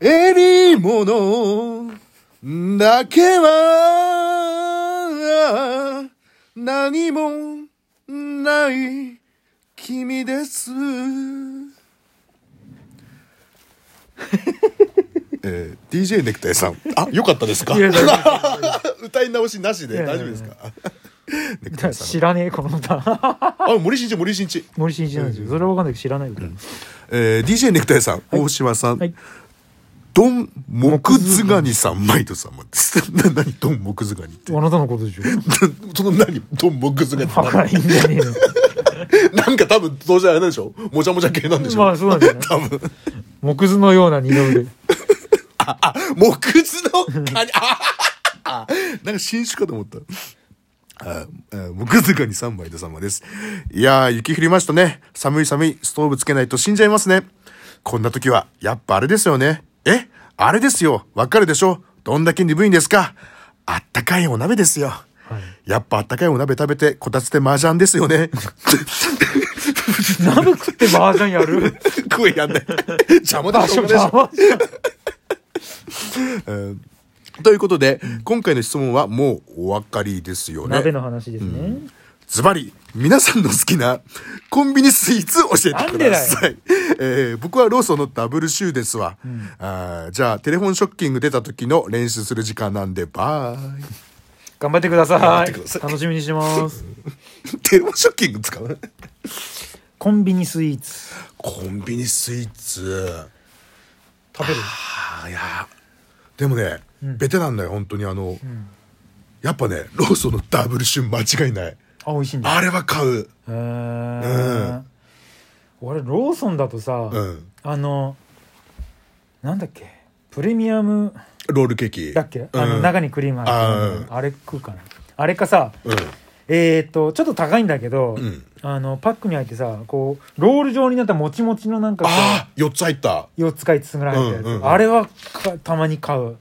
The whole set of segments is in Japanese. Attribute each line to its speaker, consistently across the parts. Speaker 1: 得り物だけは何もない君 です。えー、DJ ネクタイさん。あ、よかったですか
Speaker 2: いや大丈
Speaker 1: 歌い直しなしで大丈夫ですかネクタイさん。
Speaker 2: 知らねえこの 歌
Speaker 1: あ、森進一、森進一。
Speaker 2: 森進一なんですよそれは分かんないけど知らない歌、
Speaker 1: えー、DJ ネクタイさん、大島さん、
Speaker 2: はい
Speaker 1: ドン・木津ガニさん、マイト様です。 な、なに、ドン・木津ガニって。
Speaker 2: あなたのことでしょ
Speaker 1: その何、ドン・木津ガニって
Speaker 2: バカいいんじゃねえ
Speaker 1: なんか多分、当時あれなんでしょもちゃもちゃ系なんでし
Speaker 2: の
Speaker 1: ょ、
Speaker 2: まあそうなんじゃない
Speaker 1: 多分。
Speaker 2: 木図のような二の腕
Speaker 1: あ、あ、木津のガニ、ああなんか新種かと思った。ああ木津ガニさん、マイト様です。いやー、雪降りましたね。寒い寒い、ストーブつけないと死んじゃいますね。こんな時は、やっぱあれですよね。えあれですよ。わかるでしょどんだけ鈍いんですかあったかいお鍋ですよ。やっぱあったかいお鍋食べて、こたつで麻雀ですよね。
Speaker 2: 鍋食って麻雀やる
Speaker 1: 食えやんない。邪魔だ
Speaker 2: 場
Speaker 1: しょう
Speaker 2: 所
Speaker 1: がないでしょ
Speaker 2: 邪魔じゃん
Speaker 1: ということで、今回の質問はもうお分かりですよね
Speaker 2: 鍋。の話ですね、
Speaker 1: ズバリ、皆さんの好きなコンビニスイーツを教えてください。えー僕はローソンのダブルシューですわ、あーじゃあ、テレフォンショッキング出た時の練習する時間なんで、バーイ。
Speaker 2: 頑張ってください
Speaker 1: ってください
Speaker 2: 楽しみにしてます
Speaker 1: テレフォンショッキング使う
Speaker 2: コンビニスイーツ
Speaker 1: コンビニスイーツ。
Speaker 2: 食べる
Speaker 1: あーいやーでもね、ベテランだよ、本当に。あの、やっぱね、ローソンのダブルシュー間違いない。
Speaker 2: あ美味しいんだ
Speaker 1: あれは買う。
Speaker 2: へー俺ローソンだとさ、
Speaker 1: うん
Speaker 2: あのなんだっけプレミアム
Speaker 1: ロールケーキ。
Speaker 2: だっけ、あ
Speaker 1: う
Speaker 2: の
Speaker 1: ん
Speaker 2: 中にクリーム入ってるあれ食うかなあれかさ
Speaker 1: うん。
Speaker 2: えーっとちょっと高いんだけど、
Speaker 1: ん
Speaker 2: あのパックに入ってさこうロール状になったもちもちのなんかこ
Speaker 1: ああ、四つ入った。
Speaker 2: う4つか5つぐらい入ったやつ、
Speaker 1: うんうんうん
Speaker 2: あれはかたまに買う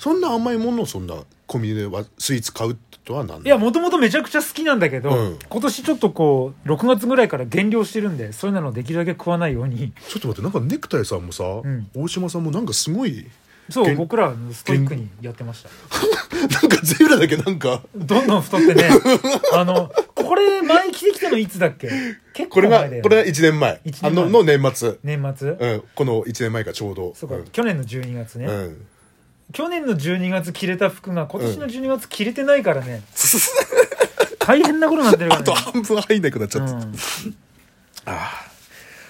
Speaker 1: そんな甘いものをそんなコンビニではスイーツ買うとはなん
Speaker 2: い
Speaker 1: だ。
Speaker 2: やもともとめちゃくちゃ好きなんだけど、
Speaker 1: うん
Speaker 2: 今年ちょっとこう6月ぐらいから減量してるんでそういうのできるだけ食わないよ うに
Speaker 1: ちょっと待って、なんかネクタイさんもさ、
Speaker 2: ん
Speaker 1: 大島さんもなんかすごい、
Speaker 2: そう
Speaker 1: 減
Speaker 2: 僕らストイックにやってました
Speaker 1: なんかゼブラだけなんか、
Speaker 2: どんどん太って ねあのこれ前着てきたのいつだっけ結
Speaker 1: こ
Speaker 2: 構
Speaker 1: れ
Speaker 2: 前
Speaker 1: が
Speaker 2: だよ、ね、
Speaker 1: これが1年前。
Speaker 2: 一
Speaker 1: あ
Speaker 2: 年前
Speaker 1: の、の年末。
Speaker 2: 年末、
Speaker 1: うん、この1年前がちょうど。
Speaker 2: そうか、
Speaker 1: ん
Speaker 2: 去年の12月ね、
Speaker 1: うん。
Speaker 2: 去年の12月着れた服が今年の12月着れてないから ね、大変なことになってるか
Speaker 1: あと
Speaker 2: らね
Speaker 1: 半分入んなくなっちゃった。
Speaker 2: うん、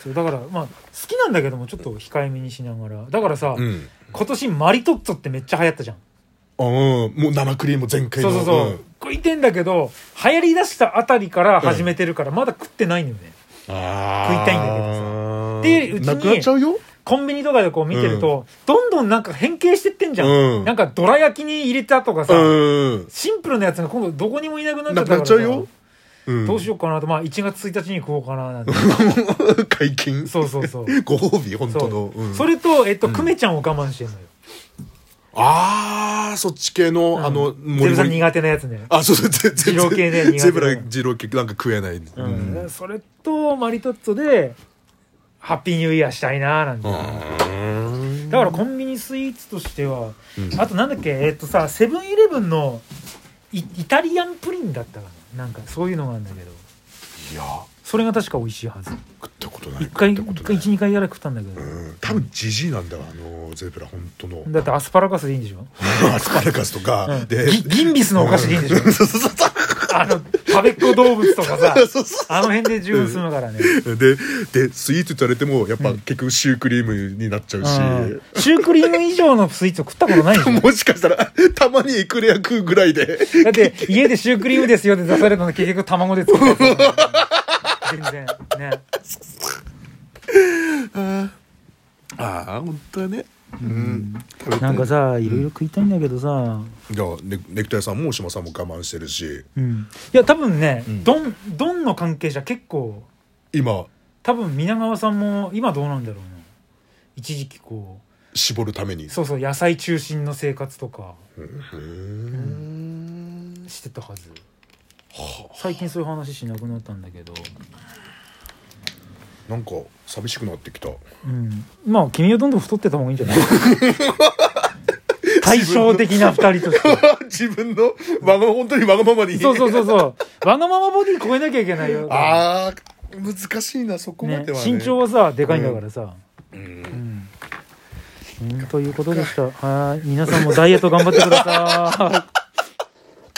Speaker 2: そうだからまあ好きなんだけどもちょっと控えめにしながらだからさ、
Speaker 1: うん。
Speaker 2: 今年マリトッツォってめっちゃ流行ったじゃん
Speaker 1: あうん、もう生クリーム全開
Speaker 2: そ
Speaker 1: の
Speaker 2: うそうそう、
Speaker 1: ん
Speaker 2: 食いてんだけど流行りだしたあたりから始めてるからまだ食ってないのよね、
Speaker 1: あー
Speaker 2: 食いたいんだけどでうちに
Speaker 1: なくなっちゃうよ
Speaker 2: コンビニとかでこう見てると、どんどんなんか変形してってんじゃん、
Speaker 1: うん
Speaker 2: なんかどら焼きに入れたとかさ、
Speaker 1: うん。
Speaker 2: シンプルなやつが今度どこにもいなくなっちゃ
Speaker 1: な
Speaker 2: っ
Speaker 1: く
Speaker 2: た
Speaker 1: な
Speaker 2: か
Speaker 1: っ
Speaker 2: ら
Speaker 1: ちゃ
Speaker 2: さ
Speaker 1: うよ。うん
Speaker 2: どうしようかなとまあ1月1日に食おうかななんて
Speaker 1: 解禁。
Speaker 2: そうそうそう
Speaker 1: ご褒美、 本
Speaker 2: そ
Speaker 1: 当の。
Speaker 2: う、
Speaker 1: うん
Speaker 2: それとえっと、クメちゃんを我慢してんのよ
Speaker 1: ああ、そっち系の、あの、
Speaker 2: ゼ
Speaker 1: 森
Speaker 2: ブさん
Speaker 1: 森。
Speaker 2: 苦手なやつね
Speaker 1: あ、そうそう、全
Speaker 2: 二郎系ね苦手な
Speaker 1: ゼブラ、二郎系、なんか食えない。う
Speaker 2: うん
Speaker 1: ん。
Speaker 2: それとマリトッツォでハッピーニューイヤーしたいなーなんて、だからコンビニスイーツとしては、あとなんだっけえっとさセブンイレブンのイイタリアンプリンだったかななんかそういうのがあるんだけど
Speaker 1: いや、
Speaker 2: それが確か美味しいはず
Speaker 1: 食ったことない。
Speaker 2: 一回
Speaker 1: 食ったことない。
Speaker 2: 12回やらい食ったんだけど、
Speaker 1: うん多分ジジイなんだわ、あの、ゼブラ、本当の。
Speaker 2: だってアスパラガスでいいんでしょ
Speaker 1: アスパラガスとか、で、
Speaker 2: ギギンビスのお菓子でいいんでしょ、
Speaker 1: そうそうそう
Speaker 2: あの食べっ子動物とかさ
Speaker 1: そうそ
Speaker 2: あの辺で十分済むからね、
Speaker 1: う。で、で、スイーツって言われても、やっぱ結局シュークリームになっちゃうし。
Speaker 2: うんシュークリーム以上のスイーツを食ったことないで しょ
Speaker 1: もしかしたら、たまにエクレア食うぐらいで。
Speaker 2: だって家でシュークリームですよって出されたの結局卵で作ったやつ 全然ね
Speaker 1: ああ、本当はね。うん。食べたい
Speaker 2: なんかさいろいろ食いたいんだけどさ、
Speaker 1: いやネネクタイさんも大島さんも我慢してるし
Speaker 2: うん、いや多分ね、
Speaker 1: ん
Speaker 2: ドンドンの関係者結構
Speaker 1: 今
Speaker 2: 多分皆川さんも今どうなんだろうな一時期こ
Speaker 1: 絞るために
Speaker 2: うそうそう野菜中心の生活とか
Speaker 1: うん
Speaker 2: してたはず最近そういう話しなくなったんだけど
Speaker 1: なんか寂しくなってきた
Speaker 2: うん、まあ君はどんどん太ってた方がいいんじゃない対照的な二人として。
Speaker 1: 自分のわがま本当にわがままに
Speaker 2: そうそうそうそう。わがままボディ超えなきゃいけないよ。
Speaker 1: あー難しいなそこま
Speaker 2: ね
Speaker 1: では、ね
Speaker 2: 身長はさ、でかいんだからさ。
Speaker 1: うん
Speaker 2: うんということでした。はい。皆さんもダイエット頑張ってください。